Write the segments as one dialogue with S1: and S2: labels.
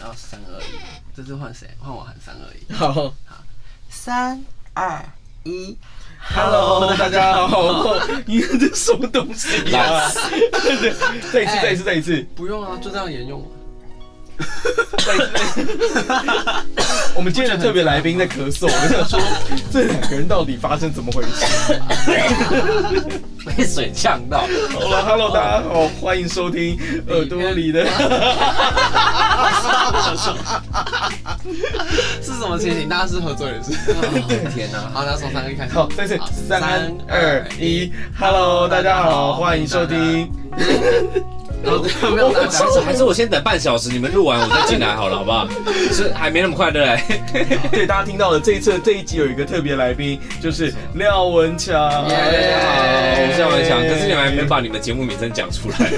S1: 到三二一，这次换谁？换我喊三二一。
S2: 好
S3: 三二一，
S2: ，Hello，大家好。你看这什么东西呀？ 再一次，再一次，再一次，
S1: 不用啊，就这样沿用。
S2: 再一次，再一次。我们今天的特别来宾在咳嗽，我 想说这两个人到底发生怎么回事？
S3: 被水呛到，
S2: 好了，Hello，大家好，欢迎收听耳朵里的。
S1: 是什么情形？大家是喝醉了是？
S3: 天哪！
S1: 好，那从三二一开始。
S2: 好，再一次，三二一，Hello，大家好，欢迎收听。
S1: 然后没有大家
S4: 还。是还是我先等半小时，你们录完我再进来好了，好不好？是还没那么快，对不对？
S2: 对，大家听到了，这一次这一集有一个特别来宾，就是廖文强。
S1: 耶
S2: 哎
S4: 好我是文强，可是你们还没把你们节目名称讲出来。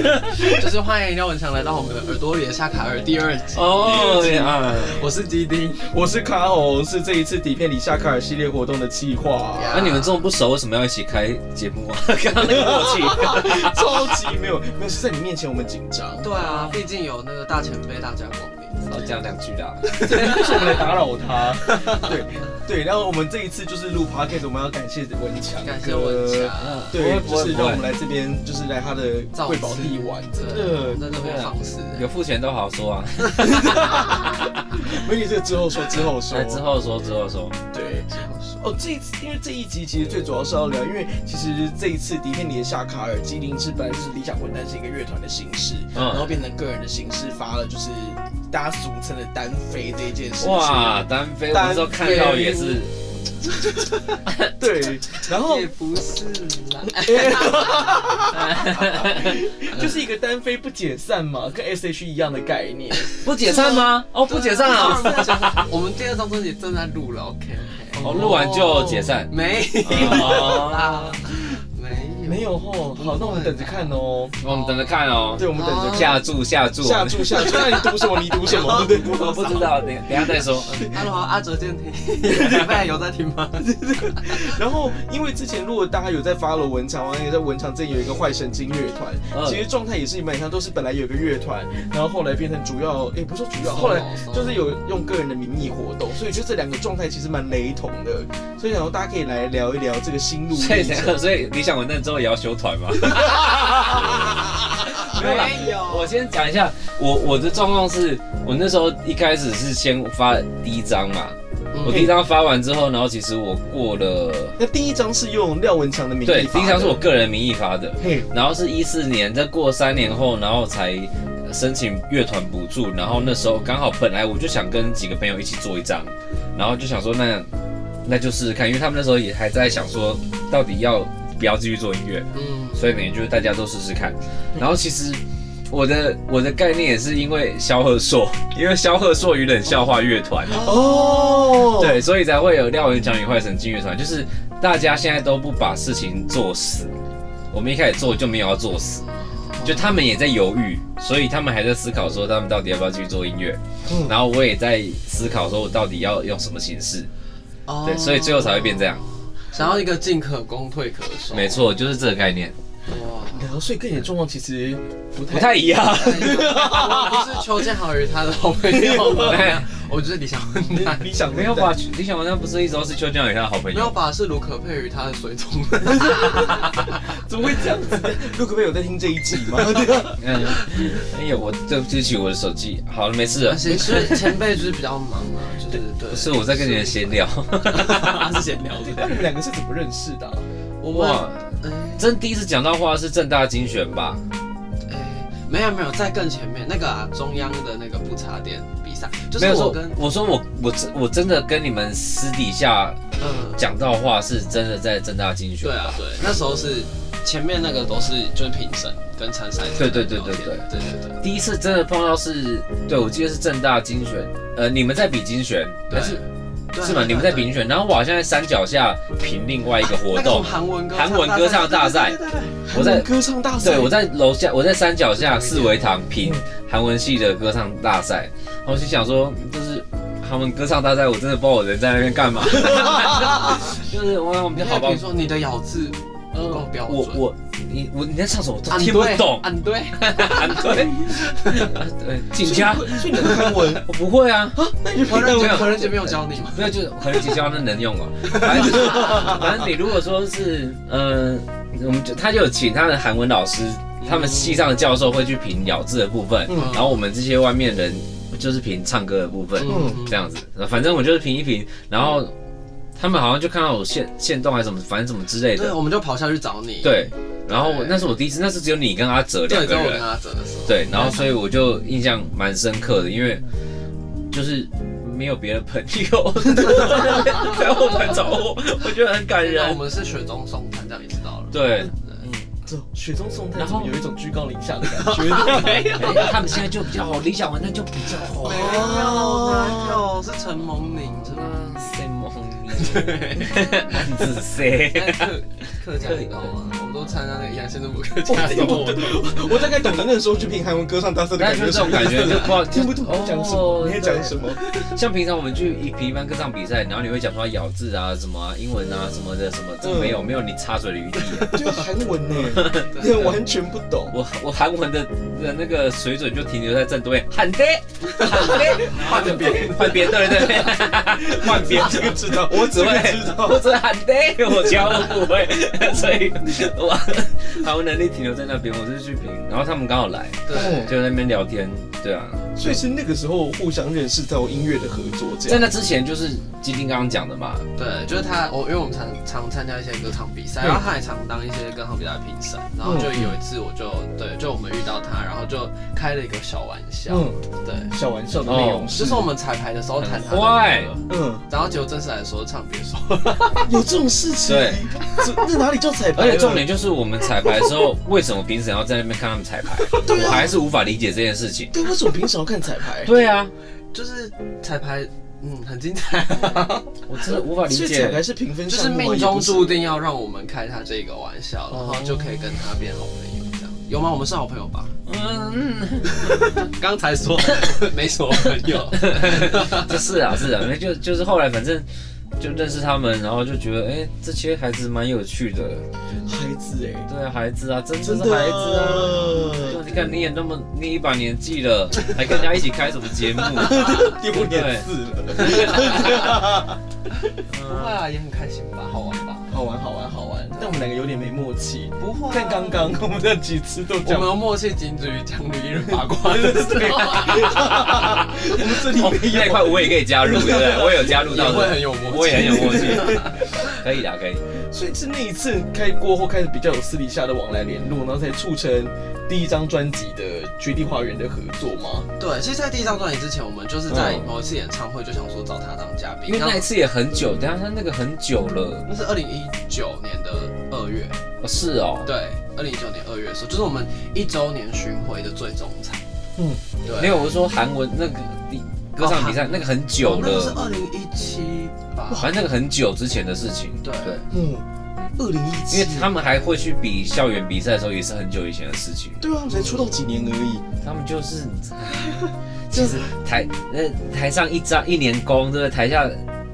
S1: 就是欢迎廖文强来到我们的耳朵里的夏卡尔第二集。
S4: 哦， 啊，
S1: 我是基丁，
S2: 我是卡红，是这一次底片里夏卡尔系列活动的企划，
S1: Yeah
S4: 那啊你们这么不熟，为什么要一起开节目啊？ 刚刚那个默契。
S2: 超级没有没有是在你面前我们紧 张，
S1: 对啊，毕竟有那个大前辈大家光临。
S4: 哦，讲两句啦。
S2: 就是我们来打扰他。对对，然后我们这一次就是录 podcast，我们要感谢文强，
S1: 感谢文强。
S2: 对，
S4: 不
S2: 就
S4: 会
S2: 是
S4: 不会
S2: 让我们来这边，就是来他的贵宝地玩，真的
S1: 真。的会放肆。
S4: 有付钱都好说啊，
S2: 美女，这个之后说，之后说
S4: 哎，之后说之后说，
S2: 对。哦，这一次因为这一集其实最主要是要聊，因为其实这一次迪片尼的夏卡尔基灵是本来就是理想混蛋是一个乐团的形式，
S4: 嗯
S2: 然后变成个人的形式发了，就是大家俗称的单飞这一件事情。
S4: 哇，，单飞，我那时候看到也是，
S2: 对，然后
S1: 也不是啦，
S2: 就是一个单飞不解散嘛，跟 S H 一样的概念。
S4: 不解散吗？哦，不解散 啊，
S1: 啊！我们第二张专辑正在录了，OK。
S4: 哦，录完就解散。
S1: 没有
S4: 哦，
S1: 啦，没有，
S2: 没有吼，好，那我们等着看哦。
S4: 我们等着看哦。
S2: 对，我们等着看。
S4: 下注下注，
S2: 下注下注，那你读什么？你读什么？对，
S4: 我不知道，等等一下再 说。嗯
S1: Hello，阿哲健听，你们有在听吗？
S2: 然后，因为之前如果大家有在 follow 文强，而且在文强这里有一个坏神经乐团，
S4: 嗯
S2: 其实状态也是蛮像，都是本来有一个乐团，然后后来变成主要，也、不是说主要，后来
S4: 哦
S2: 就是有用个人的名义活动，所以就这两个状态其实蛮雷同的，所以想说大家可以来聊一聊这个心路
S4: 所以
S2: 历程。
S4: 所以理想文蛋之后也要 修团吗？没有啦，我先讲一下，我我的状况是，我那时候一开始是先发第一张嘛，
S2: 嗯
S4: 我第一张发完之后，然后其实我过了，
S2: 那第一张是用廖文强的名义发
S4: 对，
S2: 的，
S4: 第一张是我个人名义发的，
S2: 嘿，
S4: 然后是一四年，再过三年后，然后才申请乐团补助，然后那时候刚好本来我就想跟几个朋友一起做一张，然后就想说那那就试试看，因为他们那时候也还在想说到底要不要继续做音乐，
S1: 嗯，
S4: 所以呢就是大家都试试看。然后其实我的我的概念也是因为萧贺硕， 因为萧贺硕与冷笑话乐团，
S2: 哦，
S4: 对，所以才会有廖文强与坏神经乐团，就是大家现在都不把事情做死，我们一开始做就没有要做死，
S2: 哦
S4: 就他们也在犹豫，所以他们还在思考说他们到底要不要继续做音乐，
S2: 嗯
S4: 然后我也在思考说我到底要用什么形式，
S1: 哦
S4: 对，所以最后才会变这样，
S1: 想要一个进可攻退可守，
S4: 没，错，就是这个概念，
S1: 哇。
S2: 然后所以跟你的状况其实不太
S4: 不太 一样，
S1: 我不是邱建豪与他的好朋友吗
S4: 对啊？
S1: 我就是李想问他，
S2: 理想
S4: 没有吧？？李小文那不是一直都是邱建阳与他的好朋
S1: 没有
S4: 友？
S1: 吧？是卢可佩与他的水桶。
S2: 怎么会这样 子？陆可贝有在听这一集 吗？对啊
S4: 嗯，哎呀，我对不起，我的手机好了，没事了
S1: 而，且是前辈就是比较忙啊，就是对。
S4: 不是我在跟你们 闲聊，
S1: 是闲聊的。
S2: 那你们两个是怎么认识的啊、
S1: 我
S4: 哇
S1: 哇，。哎
S4: 真第一次讲到话是正大精选吧？
S1: 哎，没有没有，在更前面那个啊，中央的那个不插电比赛，就
S4: 没
S1: 是
S4: 有
S1: 我
S4: 说
S1: 跟，
S4: 我说我我真我真的跟你们私底下
S1: 嗯，
S4: 讲到话是真的在正大精选
S1: 对。啊对，那时候是前面那个都是就是评审跟参赛者
S4: 对
S1: 聊天，
S4: 对对对对
S1: 对对对，
S4: 第一次真的碰到是，对我记得是正大精选，呃，你们在比精选，
S1: 对
S4: 还是
S1: 对啊
S4: 是吗？
S1: 对
S4: 你们在
S1: 对
S4: 比精选，然后我好像在山脚下评另外一个活
S1: 那个什么
S4: 动，
S1: 韩文歌
S4: 韩文歌唱大赛
S1: 对对对对对
S4: 我在
S2: 歌唱大赛，
S4: 对我在楼下，我在山脚下
S1: 是
S4: 四维堂评韩文系的歌唱大赛，然后我就想说，就是韩文歌唱大赛，我真的不知道我人在那边干嘛，就是我我们
S1: 对
S4: 就
S1: 你
S4: 好
S1: 好
S4: 吧
S1: 比如，说你的咬字，
S4: 嗯
S1: 不够标
S4: 我
S1: 准。
S4: 我你我你在唱什么？我都
S1: 俺
S4: 听不
S1: 对
S4: 懂。
S1: 俺对，
S4: 啊对，啊对，请
S2: 所以
S4: 加
S2: 你。会所以你能韩文
S4: 我不会啊，
S2: 那你就
S1: 何
S2: 平
S1: 人
S2: 淡
S1: 杰
S4: 这样
S1: 何人杰没有教你吗？
S4: 没有，就是可能结交那能用哦。 反正就是，反正你如果说是，嗯、我们就他就有请他的韩文老师，他们系上的教授会去评咬字的部分，
S2: 嗯
S4: 然后我们这些外面人就是评唱歌的部分，
S1: 嗯
S4: 这样子。反正我就是评一评，然后他们好像就看到我现现动还是什么，反正什么之类
S1: 对，哦
S4: 的，
S1: 我们就跑下去找你。
S4: 对。然后我
S1: 对
S4: 那是我第一次，那是只有你跟阿哲两
S1: 对，只
S4: 个
S1: 有我跟
S4: 人，
S1: 他啊真的是。
S4: 对，然后所以我就印象蛮深刻的，因为就是没有别的朋友在后台找我，我觉得很感
S1: 那我
S4: 人。
S1: 们是雪中送炭，这样你知道了。
S4: 对，
S2: 这种雪中送炭，
S4: 然
S2: 怎
S4: 后
S2: 么有一种居高临下的感 觉？
S4: 哎他们现在就比较好，理想完那就比较好
S1: 没有，哪有？是陈蒙宁，真的。
S4: 谁蒙你？男子谁？
S1: 客客家你懂吗？我们都参加那个杨先生不客家的活动，
S2: 我大概懂您那时候去听韩文歌唱大赛的
S4: 那
S2: 感觉
S4: 就这
S2: 是
S4: 种
S2: 什么
S4: 感
S2: 样子，
S4: 觉，就
S2: 听不
S4: 不知道
S2: 懂你讲什么，你在讲什？
S4: 哦
S2: 么？
S4: 对像平常我们去一皮班歌唱比赛，然后你会讲说咬字啊、什么啊英文啊、什么的，什么这没有没有你插嘴的余地啊。
S2: 就是韩文呢，你
S1: 对
S2: 完全不 懂。
S4: 我我韩文的的那个水准就停留在正对面，喊爹，喊 爹，换个别 换别对对对，换别
S2: 这个 知道，
S4: 我只会
S2: 这个知道。
S4: 我只会喊爹，我其他都不会，所 以我韩文能力停留在那边，我是去评，然后他们刚好来，
S1: 对，
S4: 就在那边聊天，对啊，
S2: 所以是那个时候互相认识，在我音乐的合作这
S4: 在
S2: 样。
S4: 那之前就是基丁刚刚讲的嘛，
S1: 对，就是他，我因为我们常常参加一些歌唱比赛，
S2: 嗯
S1: 然后他也常当一些歌唱比赛的评审，然后就有一次我就对，就我们遇到他，然后就开了一个小玩笑，
S2: 嗯，
S1: 对，
S2: 小玩笑的内容，
S1: 就是
S4: 哦
S1: 是我们彩排的时候弹他的
S4: 很坏
S1: 歌，
S2: 嗯，
S1: 然后结果正式来说唱别说，
S2: 有这种事情，
S4: 对
S2: 这，那哪里叫彩排？啊
S4: 而且重点，就是我们彩排的时候，为什么评审要在那边看他们 彩排？
S2: 啊
S4: 我还是无法理解这件事情。
S2: 对，为什么平时要看彩排？
S4: 对啊，
S1: 就是彩排，嗯，很精彩，
S4: 我真的无法理
S2: 所以彩
S4: 解。
S2: 排是评分
S1: 就
S2: 项
S1: 是
S2: 目吗，
S1: 命中
S2: 也不
S1: 注定要让我们开他这个玩笑，然后就可以跟他变好朋友，这样有吗？我们是好朋友 吧？
S4: 嗯。
S1: 刚才说 没什么朋 友，
S4: 这是啊，是啊，没就就是后来反正就认识他们，然后就觉得哎、诶这些孩子蛮有趣的，
S2: 是孩子哎，
S4: 对啊，孩子啊，真
S2: 真
S4: 的
S2: 的
S4: 是孩子啊。就你看你也那么你一把年纪了，还跟人家一起开什么节目？哦
S2: 丢脸死了，
S1: 不会啊，也很开心吧，好玩吧？
S2: 好玩好玩好玩，但我们两个有点没默契。
S1: 不会、
S2: 但刚刚我们的几次都
S1: 我
S2: 讲
S1: 们，的默契仅止于讲女人八卦的时候，
S2: 我们这里
S4: 哦
S2: 没
S4: 那一
S2: 有。
S4: 块我也可以加入，对不对？我也有加入
S1: 也
S4: 到
S1: 会
S4: 的，
S1: 很有默契。
S4: 我也很有默契，可以的，可以。
S2: 所以是那一次开过后，开始比较有私底下的往来联络，然后才促成第一张专辑的《绝地花园》的合作吗？
S1: 对，其实，在第一张专辑之前，我们就是在
S2: 嗯
S1: 某一次演唱会就想说找他当嘉宾
S4: 因为，那一
S1: 那
S4: 次也很久，等一下他那个很久了，
S1: 那是二零一九年的二月，
S4: 哦是哦，
S1: 对，二零一九年二月的时候，就是我们一周年巡回的最终场。
S2: 嗯
S1: 嗯，对，
S4: 没有，我是说韩文那个第歌唱比赛那个很久
S1: 哦那个是
S4: 了，
S1: 二零一七吧？
S4: 反正那个很久之前的事情，
S1: 对
S4: 对。
S2: 嗯，二零一
S4: 因为
S2: 七，
S4: 他们还会去比校园比赛的时候，也是很久以前的事情。
S2: 对啊，我们才出道几年而已。
S4: 他们就是， 就是台呃台上一张一年功，对不对？台下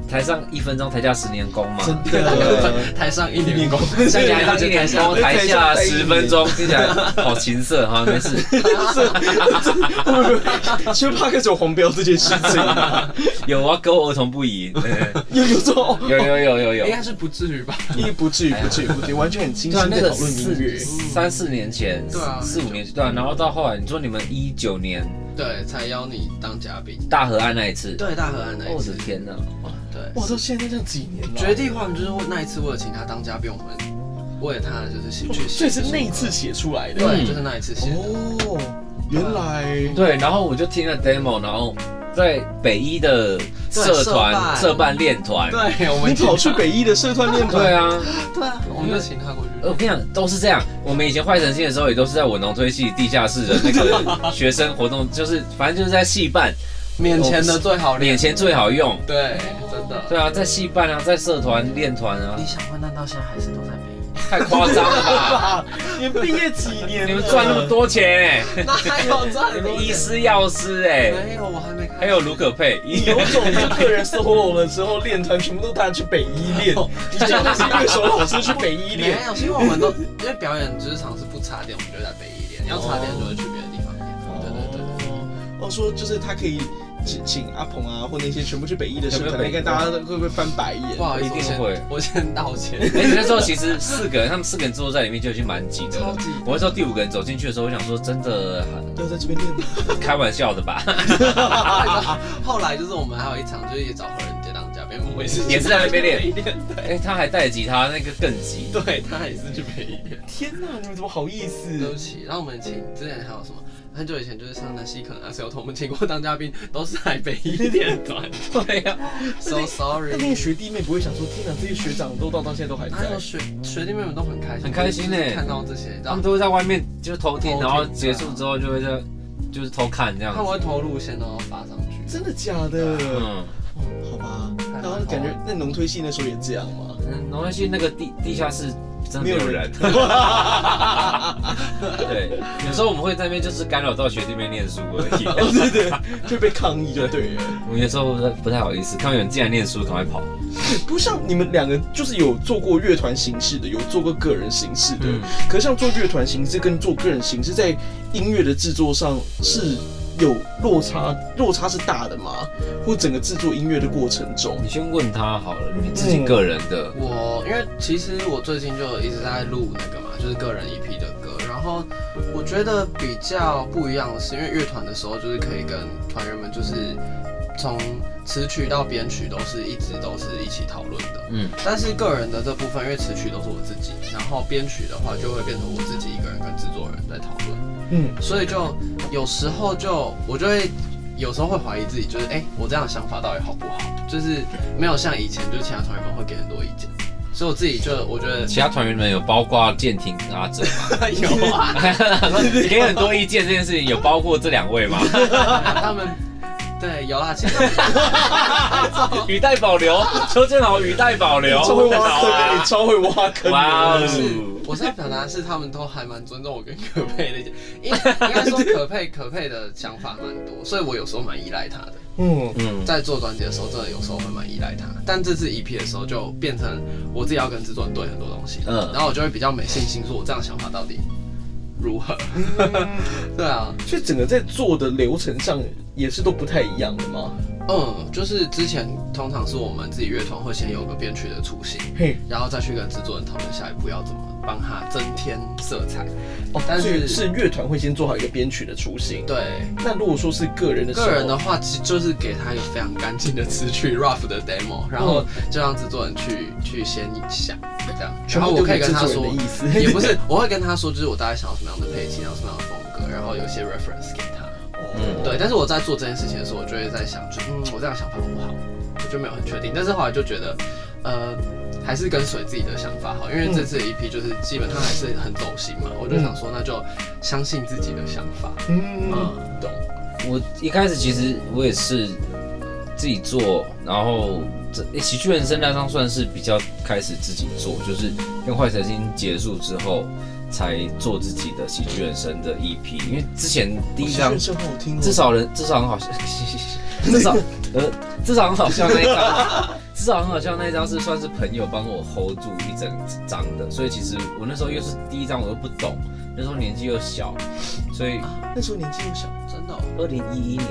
S4: 台上一分钟，台下十年功嘛。
S2: 真的，
S1: 台上 一年功，
S4: 台上一年功，台下十分钟，听起来好情色 哈，没事。
S2: 其实帕克只有黄标这件事情，
S4: 有啊，跟我儿童不宜。对
S2: 有有这种，
S4: 有有有有有
S2: 哎
S1: 应。该是不至于吧？
S2: 你不至于，不至于，不至于，完全很清
S4: 对啊，
S2: 晰
S4: 那
S2: 在
S4: 个
S2: 讨论
S4: 四
S2: 音乐。
S4: 三四年前，
S1: 对啊
S4: 四五年前对啊，然后到后来，你说你们一九年
S1: 对，才邀你当嘉宾。哦
S4: 大河岸那一次，哦
S1: 对，大河岸那一
S4: 我
S1: 次
S4: 的，天哪！
S1: 对，
S2: 哇，到现在这样几年了，
S1: 绝地化就是为那一次，为了请他当嘉宾，我们为了他哦就是写去写，
S2: 所以是那一次写出来的。
S1: 对，就是那一次写的。
S2: 哦，原来
S4: 对，然后我就听了 demo，然后在北一的社
S1: 对
S4: 团
S1: 社办
S4: 社办练团，
S1: 对，我
S2: 你
S1: 们
S2: 跑去北艺的社团练
S4: 对
S2: 团，
S4: 啊，
S1: 对啊，我们就请他过去。
S4: 我跟你讲都是这样。我们以前坏神星的时候，也都是在我农推系地下室的那 个学生活动，就是反正就是在戏办，
S1: 免钱的最好
S4: 脸
S1: 练，
S4: 钱最好用。
S1: 哦对，真的。
S4: 对啊，在戏办啊，在社团练团 啊
S1: 你，想问，那到现在还是都在北影？
S4: 太夸张 了吧？
S2: 吧？你啊们毕业几年了？
S4: 你们赚那么 多钱、欸，
S1: 那还有这 样的
S4: 你们医师、药师哎、
S1: 没有，我还没看。
S4: 还有卢可佩，
S2: 你有种就个人 solo 了之后练团，全部都带他去北医练，你叫那些乐手老师去北医
S1: 没
S2: 练。
S1: 有，是因为我们都因为表演职场是不插电，我们就在北一点，要插电就会去别的地方练。
S4: 哦
S1: 对对对对。
S2: 我哦说就是他可以请请阿鹏啊，或那些全部去北医的社
S4: 有没有
S2: 团，
S4: 北
S2: 你看大家会不会翻白眼？
S1: 不好意思，
S4: 一定
S1: 我先
S4: 会
S1: 我先道歉。
S4: 而哎且那时候其实四个人，他们四个人坐在里面就已经蛮挤的了
S1: 超挤。
S4: 我那时候第五个人走进去的时候，我想说真的
S2: 要在这边练吗？
S4: 开玩笑的 吧，
S1: 后来就是我们还有一场，就是也找何人杰当嘉宾，我们也是
S4: 也是在那边练
S1: 练。对
S4: 哎，他还带吉他，那个更挤。
S1: 对，他也是去北一练。
S2: 天哪，你们怎么好意
S1: 对不
S2: 思？
S1: 起，然后我们请之前还有什么？很久以前就是上南西可能阿 C 同我们请过当嘉宾，都是来北一练团。
S4: 对啊呀，
S1: So
S2: 那那些
S1: sorry。
S2: 学弟妹不会想说，天哪，这些学长都到到现在都还
S1: 还有
S2: 在，
S1: 学学弟妹们都很开心，
S4: 很开心
S1: 就是
S4: 欸
S1: 看到这些，
S4: 他
S1: 然
S4: 们
S1: 后
S4: 都会在外面就是偷听，
S1: 偷听
S4: 然后结束之后就会在就是偷看这样
S1: 他们
S4: 子。
S1: 会投路线，然后发上去。
S2: 真的假的？
S4: 嗯，
S2: 哦好吧，
S1: 还蛮
S2: 然
S1: 好
S2: 后
S1: 玩
S2: 感觉那农推系那时候也这样吗？
S4: 农业系那个地地下室真的没有人。 对，有时候我们会在那边就是干扰到学弟妹念书而已。
S2: 对对，就被抗议就对了。
S4: 我有时候不太不太好意思，看到有人进来念书，赶快跑。
S2: 不像你们两个，就是有做过乐团形式的，有做过个人形式的。
S4: 嗯
S2: 可是像做乐团形式跟做个人形式，在音乐的制作上是有落差，落差是大的吗？或整个制作音乐的过程中，
S4: 你先问他好了，你自
S1: 嗯
S4: 己个人的，
S1: 我因为其实我最近就一直在录那个嘛，就是个人 EP 的歌，然后我觉得比较不一样的是，因为乐团的时候就是可以跟团员们就是从词曲到编曲都是一直都是一起讨论的，
S4: 嗯，
S1: 但是个人的这部分，因为词曲都是我自己，然后编曲的话就会变成我自己一个人跟制作人在讨论。
S2: 嗯，
S1: 所以就有时候就我就会有时候会怀疑自己，就是哎、诶我这样的想法到底好不好？就是没有像以前，就是其他团员们会给很多意见，所以我自己就我觉得
S4: 其他团员们有包括建廷跟阿哲吗？
S1: 有啊，
S4: 你给很多意见这件事情，有包括这两位吗？
S1: 他们对有啦，其实他们
S4: 语带保留，邱正豪语带保 留，
S2: 超会挖
S4: 好
S2: 坑，
S4: 啊
S2: 你超会挖坑的。
S4: 哇
S1: 不
S4: 哦
S1: 是，我是要表达的是他们都还蛮尊重我跟可佩的意见，应应该说可佩可佩的想法蛮多，所以我有时候蛮依赖他的。
S2: 嗯，
S4: 嗯，
S1: 在做专辑的时候，真的有时候会蛮依赖他，但这次 EP 的时候就变成我自己要跟制作人对很多东西，
S4: 嗯
S1: 然后我就会比较没信心，说我这样的想法到底如何？ 对啊，
S2: 所以整个在做的流程上也是都不太一样的吗？
S1: 嗯，就是之前通常是我们自己乐团会先有个编曲的雏形，
S2: 嘿，
S1: 然后再去跟制作人讨论下一步要怎么帮他增添色彩。
S2: 哦，
S1: 但是
S2: 所以是乐团会先做好一个编曲的雏形。
S1: 对，
S2: 那如果说是个人的时候，
S1: 个人的话，其实就是给他一个非常干净的词曲 rough 的 demo，然后就让制作人去去先想这样，
S2: 嗯全
S1: 然
S2: 部
S1: 后
S2: 都
S1: 我可以跟他
S2: 制作
S1: 说
S2: 人的，意思，
S1: 也不是，我会跟他说，就是我大概想要什么样的配器，然后什么样的风格，然后有一些 reference 给他。
S2: 哦
S1: 对，但是我在做这件事情的时候，我就会在想，就嗯，我这样想法好不好？我就没有很确定。但是后来就觉得，呃，还是跟随自己的想法好，因为这次的 EP 就是基本上还是很走心嘛，我就想说，那就相信自己的想法。
S2: 嗯，
S1: 嗯，懂。
S4: 我一开始其实我也是自己做，然后这诶喜剧人生那张算是比较开始自己做，就是跟坏财经结束之后才做自己的喜剧人生的 EP，因为之前第一张
S2: 哦这首歌好听哦，
S4: 至少人至少很好笑， 至少呃至少很好笑那一 张，至少很好笑那一张是算是朋友帮我 hold 住一整张的，所以其实我那时候又是第一张我又不懂，那时候年纪又小，所以
S2: 那时候年纪又小，
S1: 真的哦、
S4: 二零一一年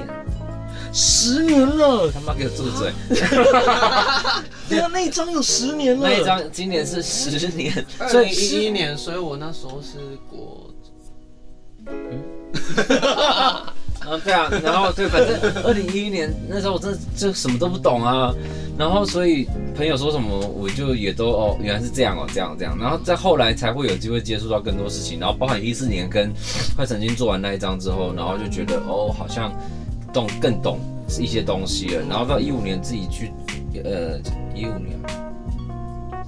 S2: 十年了。
S4: 他妈给我住嘴！
S2: 对啊，那一张有十年了。
S4: 那一张今年是十年，
S1: 二
S4: 所
S1: 零一一
S4: 以
S1: 年，所以我那时候是国，
S4: 嗯对啊，然后对，反正二零一一年那时候我真的就什么都不懂啊，然后所以朋友说什么我就也都哦原来是这样哦这样这样，然后再后来才会有机会接触到更多事情，然后包含一四年跟快神经做完那一张之后，然后就觉得哦好像懂更懂一些东西了，然后到一五年自己去呃一五年。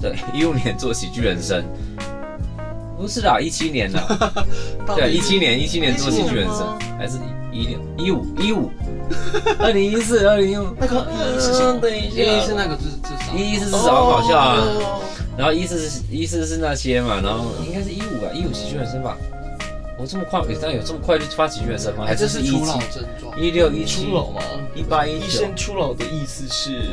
S4: 对，一五年做喜剧人生，不是啦，一七年啦，
S1: 到
S4: 对，
S1: 底
S4: 一七年一七年做喜剧人生，还是一六一五一五， 二零一四二零一五，
S2: 那个
S4: 嗯，等一
S1: 一一是那个至至少
S4: 一一是至少好笑啊，
S2: 哦
S4: 然后一四是一四是那些嘛，然后应该是一五啊，一五喜剧人生吧。我这么快，但有这么快就发喜剧人生吗？
S1: 哎，
S4: 还
S1: 这
S4: 是
S1: 是
S4: 一
S1: 初老
S4: 七、
S1: 症状，
S4: 一六、一七
S2: 初、老吗？
S4: 一八、一
S2: 医
S4: 九
S2: 生？初老的意思是，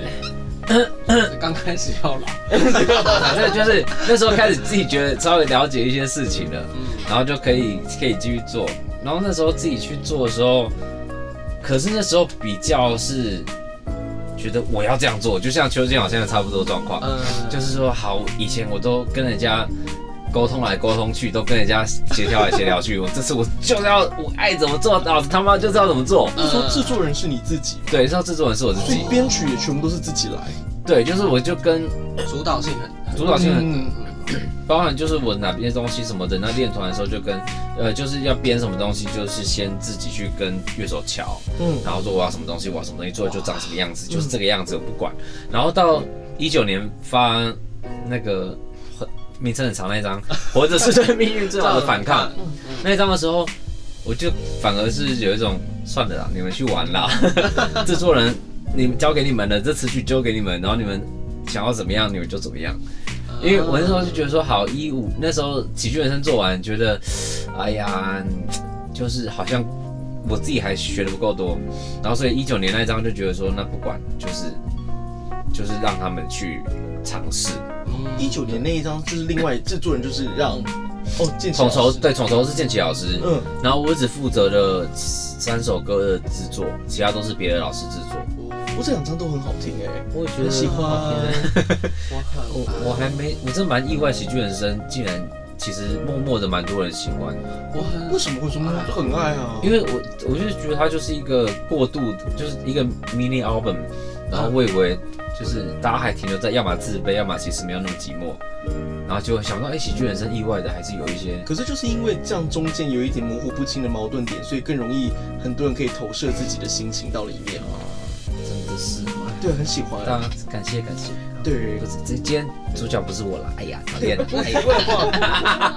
S1: 刚开始要老。
S4: 反正就是那时候开始自己觉得稍微了解一些事情了，
S1: 嗯，
S4: 然后就可以可以继续做。然后那时候自己去做的时候，可是那时候比较是觉得我要这样做，就像邱建好现在差不多状况。
S1: 呃，
S4: 嗯就是说，好，以前我都跟人家沟通来沟通去，都跟人家协调来协调去，我这次我就是要我爱怎么做，老子他妈就知道怎么做。
S2: 那时候制作人是你自己，
S4: 对，像制作人是我自
S2: 所
S4: 己
S2: 以，编曲也全部都是自己来。
S4: 对，就是我就跟
S1: 主导性很，
S4: 主导性很，
S2: 嗯
S4: 包含就是我哪边东西什么的，那练团的时候就跟，呃，就是要编什么东西，就是先自己去跟乐手瞧，
S2: 嗯，
S4: 然后说我要什么东西，我要什么东西做就长什么样子，就是这个样子，我不管。然后到一九年发那个很名称很长那一张，活着是对命运最好的反抗那一张的时候，我就反而是有一种算了啦，你们去玩啦，制作人你们交给你们了，这词曲交给你们，然后你们想要怎么样你们就怎么样。因为我那时候就觉得说，好一五那时候喜剧人生做完，觉得，哎呀，就是好像我自己还学的不够多，然后所以一九年那一张就觉得说，那不管就是就是让他们去尝试，
S1: 嗯
S2: 一九年那一张就是另外制作人就是让哦，建奇
S4: 从
S2: 老师
S4: 头对从头是建奇老师，
S2: 嗯，
S4: 然后我只负责了三首歌的制作，其他都是别的老师制作。
S2: 我这两张都很好听哎，
S4: 我也觉
S2: 很喜欢。
S1: 嗯我很
S4: 我我还没，我真蛮意外，喜剧人生竟然其实默默的蛮多人喜欢。
S1: 我很
S2: 为什么会说就很爱啊？
S4: 因为我我就是觉得它就是一个过渡，就是一个 mini album，然后我以为就是大家还停留在要么自卑，要么其实没有那么寂寞，然后就想到哎、喜剧人生意外的还是有一些，
S2: 可是就是因为这样中间有一点模糊不清的矛盾点，所以更容易很多人可以投射自己的心情到里面。啊
S4: 真的是，
S2: 对，很喜欢。
S4: 大家感谢感谢，
S2: 对
S4: 不，是这今天主角不是我了，哎呀讨厌，哎呀
S2: 不要忘，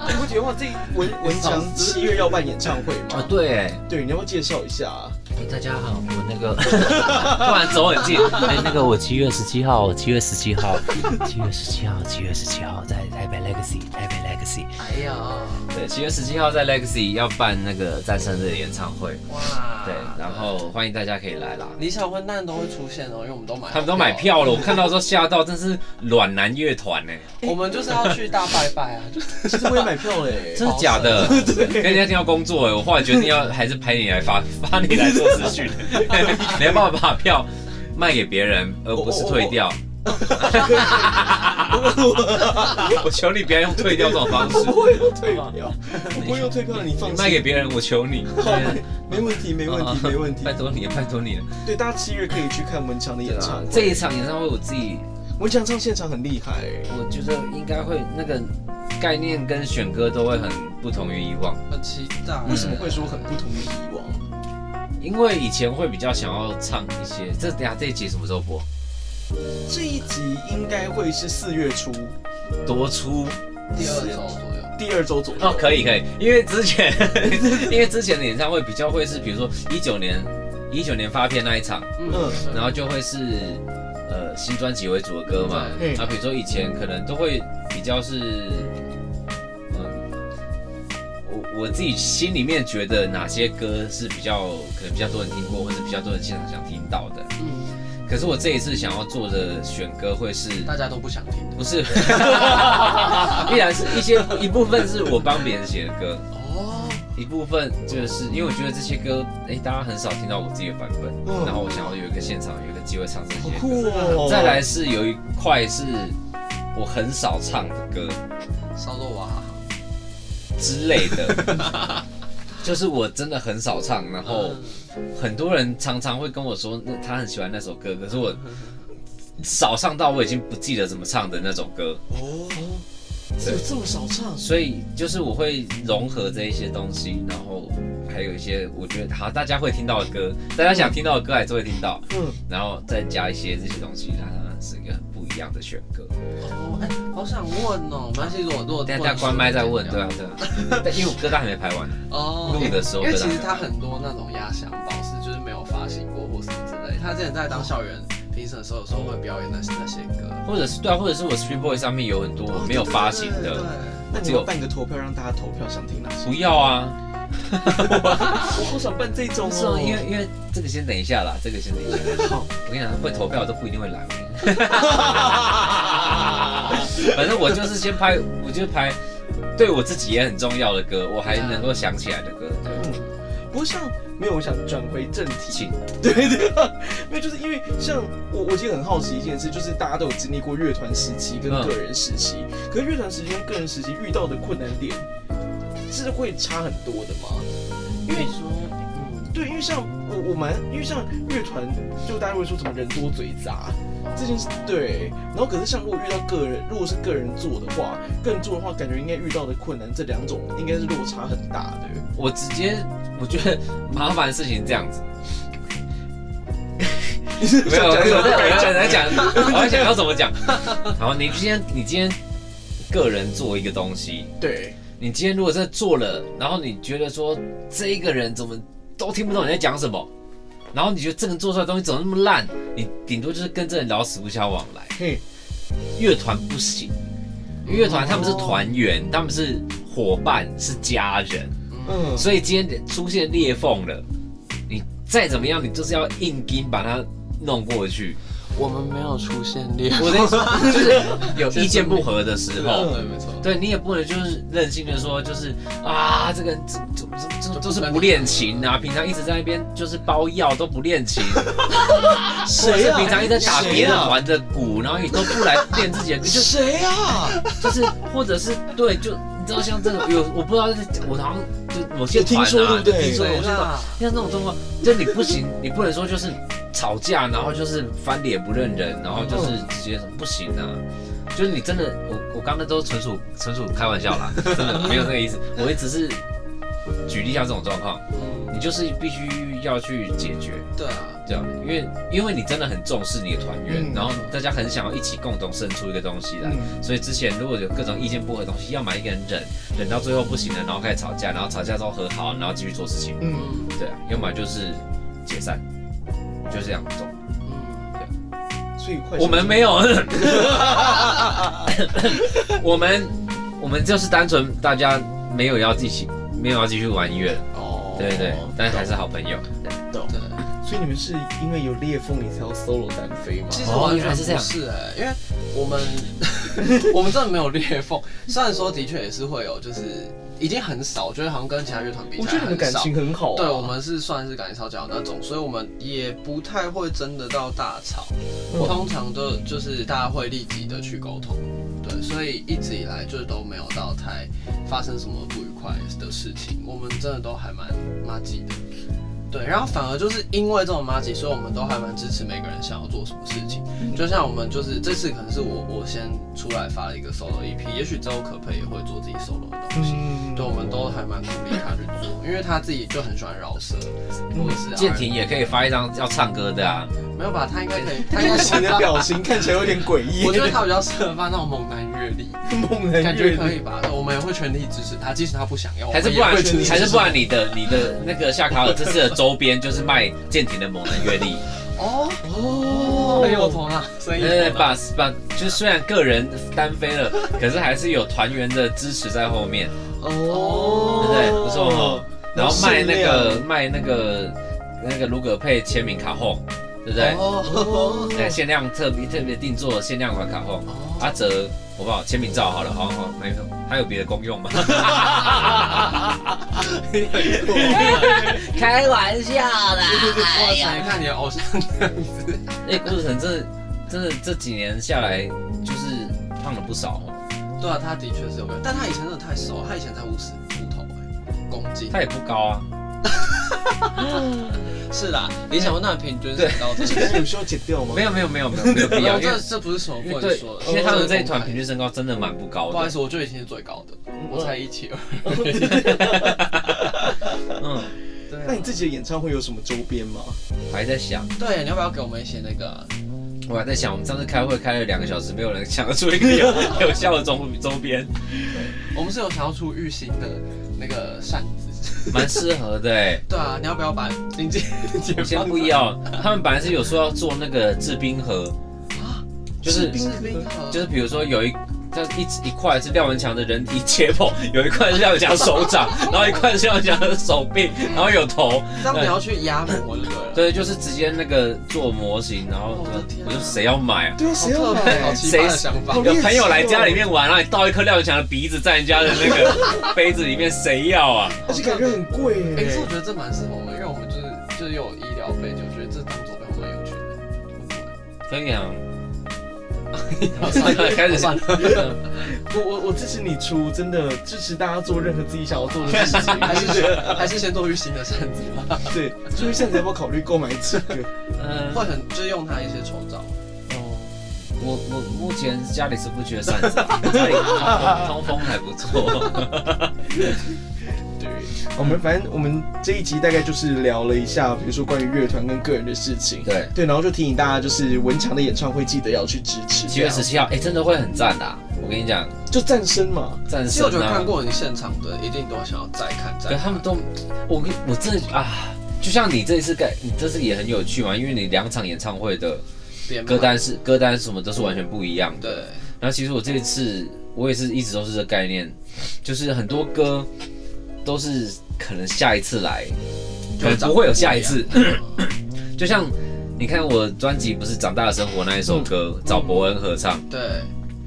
S2: 你不觉得忘这文文强七月要办演唱会
S4: 啊
S2: 吗？
S4: 对，哎
S2: 对，你要不要介绍一下 啊？
S5: 大家好，我那 个突然走很近，哎，那个我七月十七号，七月十七号，七月十七号，七月十七号在台北 Legacy，台北 Legacy，
S1: 哎呀，
S4: 对七月十七号在 Legacy 要办那个战胜的演唱会，
S1: 哇，
S4: 对，
S2: 啊
S4: 然后欢迎大家可以来啦。
S1: 李小混蛋都会出现哦，因为我们都买，
S4: 他们都买，票了，我看到之后吓到，真是暖男乐团欸呢、
S1: 我们就是要去大拜拜啊，就是
S2: 其实我也买票欸嘞。
S4: 真的假的？ 跟人家定要工作哎，我后来决定要还是拍你来发发你来做资讯， 你要帮我把票卖给别人，而不是退掉。 我求你不要用退掉这种方式，
S2: 不会用退票，我不会用退票的，你放
S4: 卖
S2: 心。
S4: 给啊别人，我求你。啊
S2: 好，没问题，没问题，没问题
S4: 拜。托你了，拜托你了。
S2: 对，大家七月可以去看文强的演唱会。
S4: 这一场演唱会我自己，
S2: 文强唱现场很厉害，
S4: 我觉得应该会那个概念跟选歌都会很不同于以往。
S1: 很期待，
S2: 为什么会说很不同于以往？
S4: 因为以前会比较想要唱一些，这等一下这一集什么时候播？
S2: 这一集应该会是四月初
S4: 多出
S1: 第二周左右？
S2: 第二周左右。
S4: 哦，可以可以，因为之前 因为之前的演唱会比较会是，比如说一九年一九年发片那一场，
S2: 嗯
S4: 然后就会是呃新专辑为主的歌嘛，
S2: 对
S4: 然后比如说以前可能都会比较是，嗯，我我自己心里面觉得哪些歌是比较可能比较多人听过，或是比较多人现场想听到的。
S1: 嗯，
S4: 可是我这一次想要做的选歌会是
S1: 大家都不想听的
S4: 不是， 依然是一些一部分是我帮别人写的歌，
S1: 哦，
S4: 一部分就是因为我觉得这些歌，哎、大家很少听到我自己的版本，
S2: 嗯
S4: 然后我想要有一个现场，有一个机会唱这
S2: 好
S4: 些
S2: 酷
S4: 歌。
S2: 哦！
S4: 再来是有一块是我很少唱的歌
S1: 烧肉娃哈哈，
S4: 之类的，就是我真的很少唱，然后
S1: 嗯
S4: 很多人常常会跟我说，那他很喜欢那首歌，可是我少唱到我已经不记得怎么唱的那种歌。
S2: 哦，有这么少唱？
S4: 所以就是我会融合这一些东西，然后还有一些我觉得好大家会听到的歌，大家想听到的歌还是会听到，
S2: 嗯，
S4: 然后再加一些这些东西，它当然是一个很不一样的选歌。
S1: 哦，哎，好想问哦，没关系，如果如果
S4: 等一下大家关麦再问，对啊对啊，但因为我歌单还没排完呢，
S1: 哦，
S4: 录的时候
S1: 因为
S4: 跟
S1: 其
S4: 他
S1: 实他很多那种压箱宝是就是没有发行过或什么之类。他之前在当校园评审的时候，有时候会表演那那些歌，
S4: 或者是对啊，或者是我 Street Boy 上面有很多我没有发行
S1: 哦对对
S4: 的，
S2: 那你要办个投票让大家投票想听哪些？
S4: 不要啊！
S2: 我好想办这种
S4: 是哦， 因为因为这个先等一下啦，这个先等一下。好，我跟你讲，会投票都不一定会来。我跟你讲反正我就是先拍， 我就拍对我自己也很重要的歌，我还能够想起来的歌。
S1: 哦
S4: 对，
S2: 不过像没有，我想转回正题
S4: 请。
S2: 对对，没有，就是因为像我，我其实很好奇一件事，就是大家都有经历过乐团时期跟
S4: 嗯
S2: 个人时期，可是乐团时期跟个人时期遇到的困难点是会差很多的吗？因为说，对，因为像我我蛮，因为像乐团，就大家会说什么人多嘴杂这件事，对。然后可是像如果遇到个人，如果是个人做的话，个人做的话，感觉应该遇到的困难这两种应该是落差很大的。
S4: 我直接我觉得麻烦的事情这样子，
S2: 你 是
S4: 没
S2: 想
S4: 有，我
S2: 讲什么
S4: 在我在讲，我在想要怎么讲。好，你今天你今天个人做一个东西，
S2: 对，
S4: 你今天如果真的做了，然后你觉得说这一个人怎么都听不懂你在讲什么，然后你觉得这个人做出来的东西怎么那么烂，你顶多就是跟这人老死不相往来。
S2: 嘿，
S4: 乐团不行，因为乐团他们是团员，他们是伙伴，是家人，
S2: 嗯，
S4: 所以今天出现裂缝了，你再怎么样，你就是要硬筋把它弄过去。
S1: 我们没有出现裂
S4: 我哦的意思就是有意见不合的时候。
S1: 哦对，没错，
S4: 对你也不能就是任性的说，就是啊，这个人这这这这都是不练琴啊，平常一直在那边就是包药都不 练琴，或者
S2: 谁
S4: 是
S2: 啊？
S4: 平常一直在打别
S2: 谁
S4: 人
S2: 啊
S4: 玩的鼓，然后你都不来练自己的，就
S2: 谁啊？
S4: 就是或者是对，就你知道像这种有我不知道，我好像就某些
S2: 有听
S4: 团
S2: 说对
S4: 啊，
S2: 不对
S4: 就听说
S2: 对
S4: 某些团，像这种状况，就你不行，你不能说就是吵架，然后就是翻脸不认人，然后就是直接什么不行啊。就是你真的，我我刚才都纯属纯属开玩笑 啦，真的没有那个意思。我也只是举例一下这种状况，
S1: 嗯，
S4: 你就是必须要去解决，
S1: 对啊，
S4: 这样，因为因为你真的很重视你的团员，
S2: 嗯
S4: 然后大家很想要一起共同生出一个东西来，
S2: 嗯
S4: 所以之前如果有各种意见不合的东西，要么一个人忍，忍到最后不行了，然后开始吵架，然后吵架之后和好，然后继续做事情，
S2: 嗯，
S1: 嗯
S4: 对啊，要么就是解散，就是这样走。
S1: 嗯，
S2: 所以快
S4: 我们没有， 我们我们就是单纯大家没有要继续没有要继续玩音乐，
S2: 哦
S4: 对对对，但是还是好朋友。
S1: 嗯对。
S2: 所以你们是因为有裂缝你才要 solo 单飞吗？
S1: 其实
S4: 哦
S1: 完
S4: 原
S1: 全
S4: 来
S1: 不
S4: 是这样
S1: 是哎、因为我们我们真的 没有裂缝，虽然说的确也是会有，就是已经很少，我觉得好像跟其他乐团比
S2: 我觉
S1: 起
S2: 得
S1: 来
S2: 你们
S1: 很
S2: 感
S1: 少。
S2: 情很好啊、
S1: 对，我们是算是感情超级好那种，所以我们也不太会真的到大吵。
S2: 嗯
S1: 通常都就是大家会立即的去沟通，对，所以一直以来就是都没有到太发生什么不愉快的事情，我们真的都还蛮麻吉的。对，然后反而就是因为这种麻吉，所以我们都还蛮支持每个人想要做什么事情。就像我们就是这次可能是我我先出来发了一个 solo EP，也许之后可佩也会做自己 solo 的东西。
S2: 嗯
S1: 对，我们都还蛮鼓励他去做，因为他自己就很喜欢饶舌，或者是
S4: 建廷也可以发一张要唱歌的啊，
S1: 没有吧？他应该可以，他应该
S2: 看
S1: 是
S2: 起你的表情看起来有点诡异，
S1: 我觉得他比较适合发那种猛男阅历，
S2: 梦
S1: 感
S2: 人
S1: 觉
S2: 乐
S1: 可
S2: 理
S1: 以吧？我们也会全力支持他，即使他不想要，
S4: 还是不
S1: 我
S4: 然
S1: 哦们也会全力支持
S4: 还是不然你的你的那个夏卡尔这次的周边就是卖舰艇的猛男阅 历，
S1: 哦，
S2: 哦
S1: 很有头脑，所以
S4: 对对，把把就是虽然个人单飞了，可是还是有团员的支持在后面，对
S2: 哦，
S4: 不对？不错哦。然后卖那
S2: 限
S4: 个
S2: 量
S4: 卖那个那个卢葛佩签名卡后，对不对？
S2: 哦，
S4: 对，限量特别特别定做限量款卡后，阿哲好不好？签名照好了，好好没有，还有别的功用 吗？
S3: 开玩笑 哎啦！
S1: 哇塞，看你的偶像这样子，
S4: 哎，顾志成真的真的这几年下来就是胖了不少哦。
S1: 对啊，他的确是有个，但他以前真的太瘦了，他以前才五十出头哎，公斤，
S4: 他也不高啊，
S1: 是啦，你想问那平均是高 这
S2: 这 个有需要剪掉吗？
S4: 没有没有没有没 有没有必
S1: 没有，
S4: 要，因为
S1: 哦这这不是什么不能
S4: 对
S1: 说的，，哦
S4: 因为他们这一团平均身高真的蛮不高
S1: 不好意
S4: 的。
S1: 思，我就已经是最高的，我才一七二。
S4: 嗯，
S1: 对啊
S2: 那你自己的演唱会有什么周边吗？
S4: 我还在想，
S1: 对，你要不要给我们一些那个啊？
S4: 我还在想，我们上次开会开了两个小时，没有人想得出一 个有 有效的周周边。
S1: 我们是有想要出玉兴的那个扇子，
S4: 蛮适合的哎、
S1: 对啊，你要不要把经济解
S4: 我
S1: 放？
S4: 先不要，他们本来是有说要做那个制冰盒，
S1: 啊，
S4: 就是
S1: 士兵盒，
S4: 就是比如说有一。像一一块是廖文强的人体解剖， 有一块是廖文强手掌， 然后一块是廖文强的手臂，然后有头，
S1: 这样你要去压模就对了。
S4: 对，就是直接那个做模型，然后
S1: 我的天啊
S4: 我就谁要买啊？
S2: 对啊，
S1: 好
S2: 谁要
S1: 特别，好
S2: 买？
S1: 奇葩的想法
S2: 谁。
S4: 有朋友来家里面玩，啊然后你倒一颗廖文强的鼻子在人家的那个杯子里面，谁要啊？
S2: 而且感觉很贵
S1: 哎、可是
S2: 哎
S1: 我。觉得这蛮适合我们，因为我们就是就是有医疗费，就觉得这当做备蛮有趣的。
S4: 可以啊，算了， 开始
S1: 算
S4: 了，
S2: 我我我支持你出，真的支持大家做任何自己想要做的事 情。
S1: 还是先还是先做预新的扇子吧，
S2: 对，所以现在要不要考虑购买这个？
S4: 嗯，
S1: 或者就是用它一些丑照。哦
S4: 我我目前家里是不缺扇 子，家里通风通风还不错。
S2: 对，我们反正我们这一集大概就是聊了一下，比如说关于乐团跟个人的事情。
S4: 对，
S2: 对，然后就提醒大家，就是文强的演唱会记得要去支持。
S4: 七月十，七号，哎，真的会很赞的啊，我跟你讲，
S2: 就战声嘛。
S4: 战
S1: 其实我觉
S4: 神
S1: 得看
S4: 啊，
S1: 过你现场的，一定都想要再看再
S4: 可
S1: 看。
S4: 他们都，我跟我真的啊，就像你这一次改，你这次也很有趣嘛，因为你两场演唱会的
S1: 编排
S4: 歌单是歌单什么都是完全不一样的。
S1: 对，
S4: 然后其实我这一次我也是一直都是这个概念，就是很多歌都是可能下一次来，可能不会有下一次。 就像你看我专辑不是《长大的生活》那一首歌，找伯恩合
S2: 嗯
S4: 唱，
S1: 对，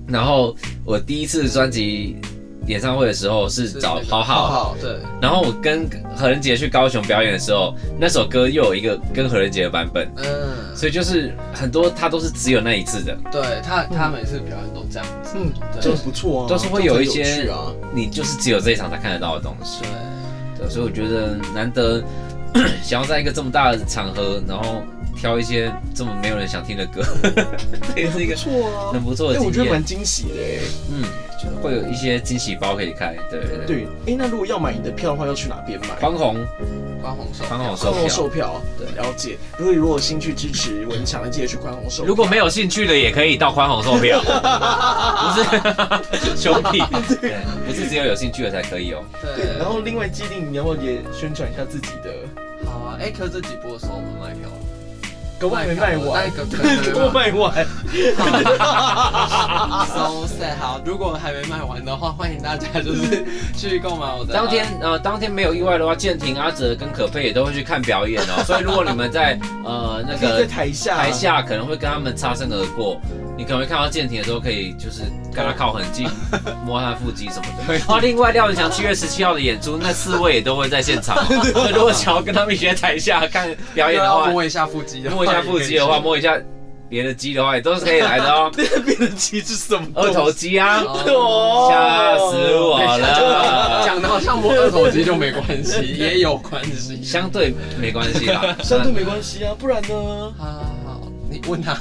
S4: 然后我第一次专辑演唱会的时候是找
S1: 那个
S4: 浩
S1: 浩
S4: 浩。
S1: 浩，对，
S4: 然后我跟何仁杰去高雄表演的时候，那首歌又有一个跟何仁杰的版本，
S1: 嗯，
S4: 所以就是很多他都是只有那一次的，
S1: 对他
S4: 嗯
S1: 他每次表演都这样子，
S2: 嗯，
S1: 对
S2: 这个不错啊，
S4: 都是会有一
S2: 这
S4: 些
S2: 个很有趣啊
S4: 你就是只有这一场才看得到的东西。
S1: 对，
S4: 对，所以我觉得难得 想要在一个这么大的场合，然后挑一些这么没有人想听的歌， 这也是一个
S2: 啊，错啊。
S4: 很不错
S2: 哎，
S4: 的
S2: 我觉
S4: 经
S2: 得蛮
S4: 验。
S2: 惊喜的哎。
S4: 嗯，就是会有一些惊喜包可以开。对对对，
S2: 对，哎，那如果要买你的票的话，要去哪边买？
S4: 方红
S1: 关红手，
S4: 方红售
S2: 宽宏售
S4: 票。
S2: 票，
S4: 对
S2: 了解。如果如果有兴趣支持文强的，记得去宽宏售票。
S4: 如果没有兴趣的，也可以到宽宏售 票，不 是兄弟，对，不是只有有兴趣的才可以哦。
S2: 对，
S1: 对，
S2: 然后另外既定，你要不要也宣传一下自己的？
S1: 好啊，哎，可是这几波的时候我们卖票了，
S2: 搞不好没卖
S1: 那
S2: 完，
S1: 个可 能没嗯
S2: 给我卖完。
S1: So sad，好，如果还没卖完的话，欢迎大家 就是去购买我的。
S4: 当天呃，当天没有意外的话，建廷、阿哲跟可佩也都会去看表演哦。所以如果你们在呃那
S2: 可以
S4: 个
S2: 在台下，
S4: 台下可能会跟他们擦身而过，你可能会看到健庭的时候，可以就是跟他靠很 近，摸他的腹肌什么的。然后另外廖文强七月十七号的演出，那四位也都会在现场 哦。
S2: 啊
S4: 所以如果想要跟他们一起在台下看表演的
S1: 要
S4: 话，
S1: 摸一下腹肌的话，
S4: 摸一下腹肌的话，摸一下别的肌的话，也都是可以来 的哦。
S2: 那边的鸡是什么？
S4: 二 头肌啊，
S1: 哦
S4: 吓死我了。
S1: 讲的好像摸二头肌就没关系，也有关系。
S4: 相对没关系啦，
S2: 相对没关系啊，不然呢？
S1: 好好，好，你问 他，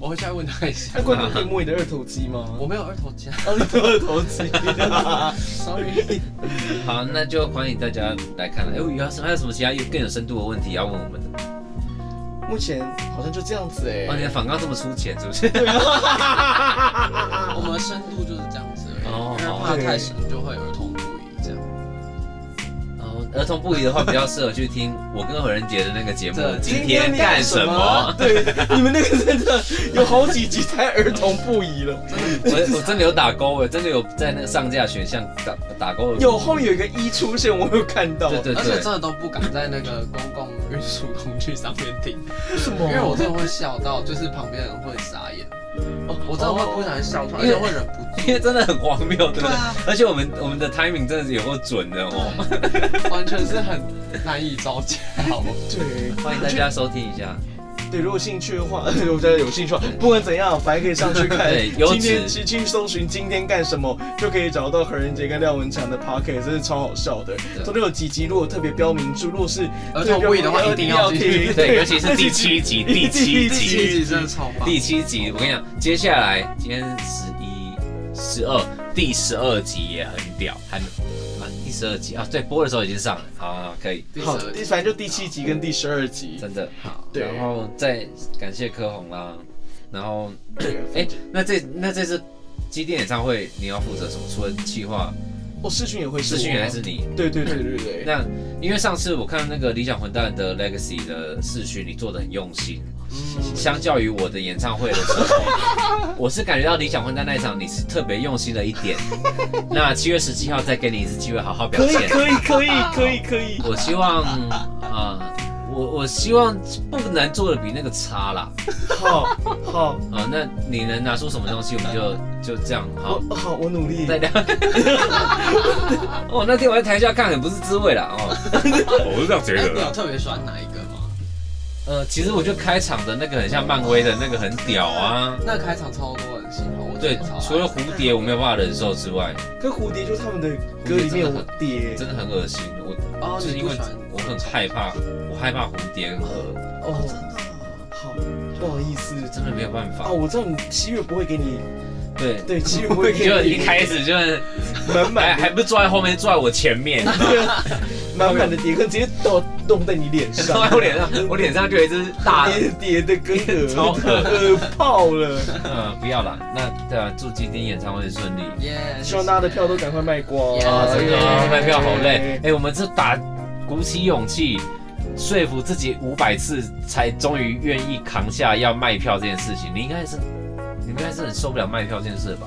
S1: 我回去再问他一下
S2: 那。观众可以摸你的二头肌 吗？
S1: 我没有二头肌啊
S2: 哦，你的二头肌。 欸
S1: ，sorry。
S4: 好，那就欢迎大家来看了。哎，有什么还有什么其他有更有深度的问题要问我们的？
S2: 目前好像就这样子
S4: 哇，哦你
S2: 哎。
S4: 的反纲这么粗浅，是不是？
S1: 我们的深度就是这样子而已，
S4: 哦
S1: 因为怕太深就会儿童不宜这样。
S4: 哦，儿童不宜的话，比较适合去听我跟何仁杰的那个节目
S1: 对
S4: 《今天干什么》。
S2: 对，你们那个真的有好几集太儿童不宜了。
S4: 我我真的有打勾，我真的有在那个上架选项打打勾。
S2: 有后面有一个一出现，我有看到。
S4: 对对
S1: 而且真
S4: 对，
S1: 的都不敢在那个公共运输工具上面听，
S2: 为什么
S1: 因为我真的会笑到，就是旁边人会傻眼，哦我真的会不小心笑出来，而
S4: 因为
S1: 且会忍不住。
S4: 因为真的很荒谬，对不
S1: 对
S4: 对？
S1: 啊，
S4: 而且我们我们的 timing 真的是有够准的哦。
S1: 完全是很难以招架。好
S2: 对。
S4: 欢迎大家收听一下，
S2: 对，如果兴趣的话， 我觉得有兴趣的话，不管怎样，反正可以上去看
S4: 嗯 对。优质
S2: 今天去去搜寻今天干什么，就可以找到何仁杰跟廖文强的 p o c k e t 真是超好笑的。中间有几集如果特别标明出，如果是
S1: 儿童不宜的话一定要听
S2: 听
S4: 对，尤 其是第七集， 第
S1: 第
S4: 七集，
S1: 七集真的超棒，
S4: 第七集，我跟你讲，接下来今天十一、十二，第十二集也很屌，还没啊，第十二集啊，对，播的时候已经上了，好好好，可以，
S1: 第十
S2: 好，
S1: 二
S2: 第
S1: 集。
S2: 反正就第七集跟第十二集。
S4: 真的。
S1: 好，
S2: 对，
S4: 然后再感谢柯红啦，然后
S2: 对
S4: 哎
S2: 嗯
S4: 哎、那这那这次机电演唱会你要负责什么？除了企划
S2: 哦，世勋也会是
S4: 世
S2: 我吗，
S4: 勋原来是你。
S2: 对对对对对对，
S4: 那因为上次我看那个理想混蛋的 Legacy 的视讯，你做的很用心。
S2: 嗯
S4: 相较于我的演唱会的时 候，我是感觉到理想混蛋那一场你是特别用心了一点。那七月十七号再给你一次机会好好 表现。
S2: 以可以可以可以，
S4: 我希望啊、我我希望不能做的比那个差啦。
S2: 好好
S4: 啊、那你能拿出什么东西，我们就就这样好。
S2: 我好我努力
S4: 再。聊。 哦，那天我在台下看，很不是滋味啦。哦。
S6: 我是这样觉
S1: 哎、
S6: 得
S1: 你有
S6: 啦。
S1: 特别喜欢哪一个吗？
S4: 呃，其实我觉得开场的那个很像漫威的那个很屌啊。
S1: 那开场超多人喜欢，我
S4: 对
S1: 真的超，爱
S4: 除了蝴蝶我没有办法忍受之外，
S2: 跟蝴蝶就是他们的歌里面有蝴蝶，
S4: 真的很恶心。我
S1: 哦，
S4: 就是
S1: 你
S4: 因
S1: 不
S4: 为
S1: 喜欢
S4: 我很害怕，我害怕蝴蝶跟蛾，
S2: 哦，好不好意思，
S4: 真的没有办
S2: 啊，
S4: 法。
S2: 我知道你七月不会给你，
S4: 对，
S2: 对，七月不 会给
S4: 就
S2: 你
S4: 一开哎始就是
S2: 满
S4: 还
S2: 满
S4: 还不坐在后面，坐在我前 面，
S2: 那个
S4: 哎
S2: 满满的蝶歌直接都弄在你脸上
S4: 坐，在我脸上，我脸上就有一只 大的。
S2: 叠叠的跟鹅，
S4: 超
S2: 鹅爆了。
S4: 嗯，不要啦。那对啊，祝今天演唱会顺利。
S1: 耶，
S2: 希望大家的票都赶快卖光
S4: 啊，
S1: Yeah，
S4: 真的啊，卖票好累。哎、
S2: 哎
S4: 我们这打鼓起勇气说服自己五百次，才终于愿意扛下要卖票这件事情。你应该是，你应该是很受不了卖票这件事吧？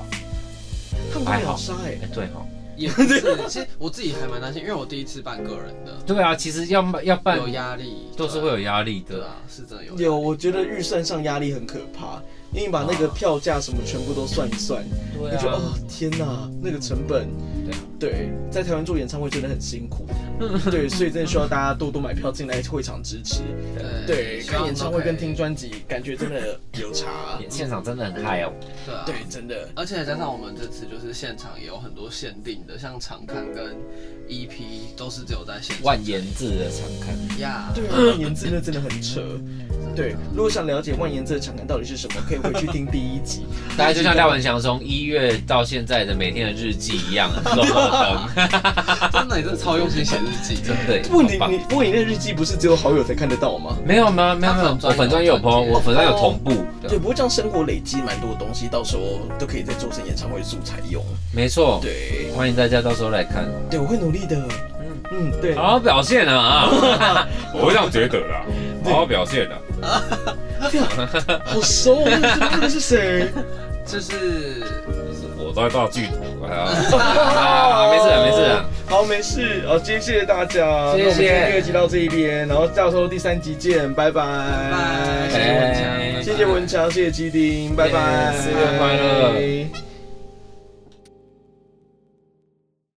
S2: 他们
S4: 还好
S2: 好杀哎
S4: 哎、，对哦，
S1: 也不是， 其实我自己还蛮担心，因为我第一次办个人的，
S4: 对啊，其实要卖要办
S1: 有压力，
S4: 都是会有压力的
S1: 对。啊，是真的有压力。
S2: 有，我觉得预算上压力很可怕，因为你把那
S4: 啊
S2: 个票价什么全部都算一算，
S4: 对
S2: 你就
S4: 啊，
S2: 哦天哪，那个成本
S4: 对啊，
S2: 对，在台湾做演唱会真的很辛 苦，对，所以真的需要大家多多买票进来会场支持，对，
S1: 希望
S2: 看演唱会跟听
S1: 都
S2: 专辑感觉真的有 差，
S4: 现场真的很嗨哦。
S1: 可以对啊，
S2: 对，真的，
S1: 而且加上我们这次就是现场也有很多限定的，像场刊跟 EP 都是只有在现场
S4: 万言字的常看，
S1: 呀。
S2: 对啊，万言之 那真的很扯。对，如果想了解万言这个场刊到底是什么，可以回去听第一 集。
S4: 大家就像廖文祥从一月到现在的每天的日记一 样，漏漏灯，
S1: 真的，你真的超用心写日记，真
S4: 真。的。
S2: 不过你
S4: 好棒
S2: 你不过你那日记不是只有好友才看得到吗？
S4: 没有吗？没有没有，我粉专有朋友，我粉专有同步的。
S2: 对，不过这样生活累积蛮多东西，到时候都可以再做成演唱会素材用。
S4: 没错，
S2: 对，
S4: 欢迎大家到时候来看，
S2: 对，我会努力的。嗯嗯，对。
S4: 好好表现啊 啊！
S6: 我是这样觉得啦，好好表现啦。
S2: 好熟，我怎么这个是谁？
S1: 就是
S6: 就是我在大剧组啊，
S4: 啊没事啊没事啊。
S2: 好，没事。哦，今天谢谢大家，
S4: 谢
S2: 那
S4: 谢
S2: 我们今天第二集到这一边，然后到时候第三集见，拜拜。 네.
S1: 拜，谢谢文强，
S2: 谢谢文强，谢谢基丁，拜拜，
S4: 耶生日快乐。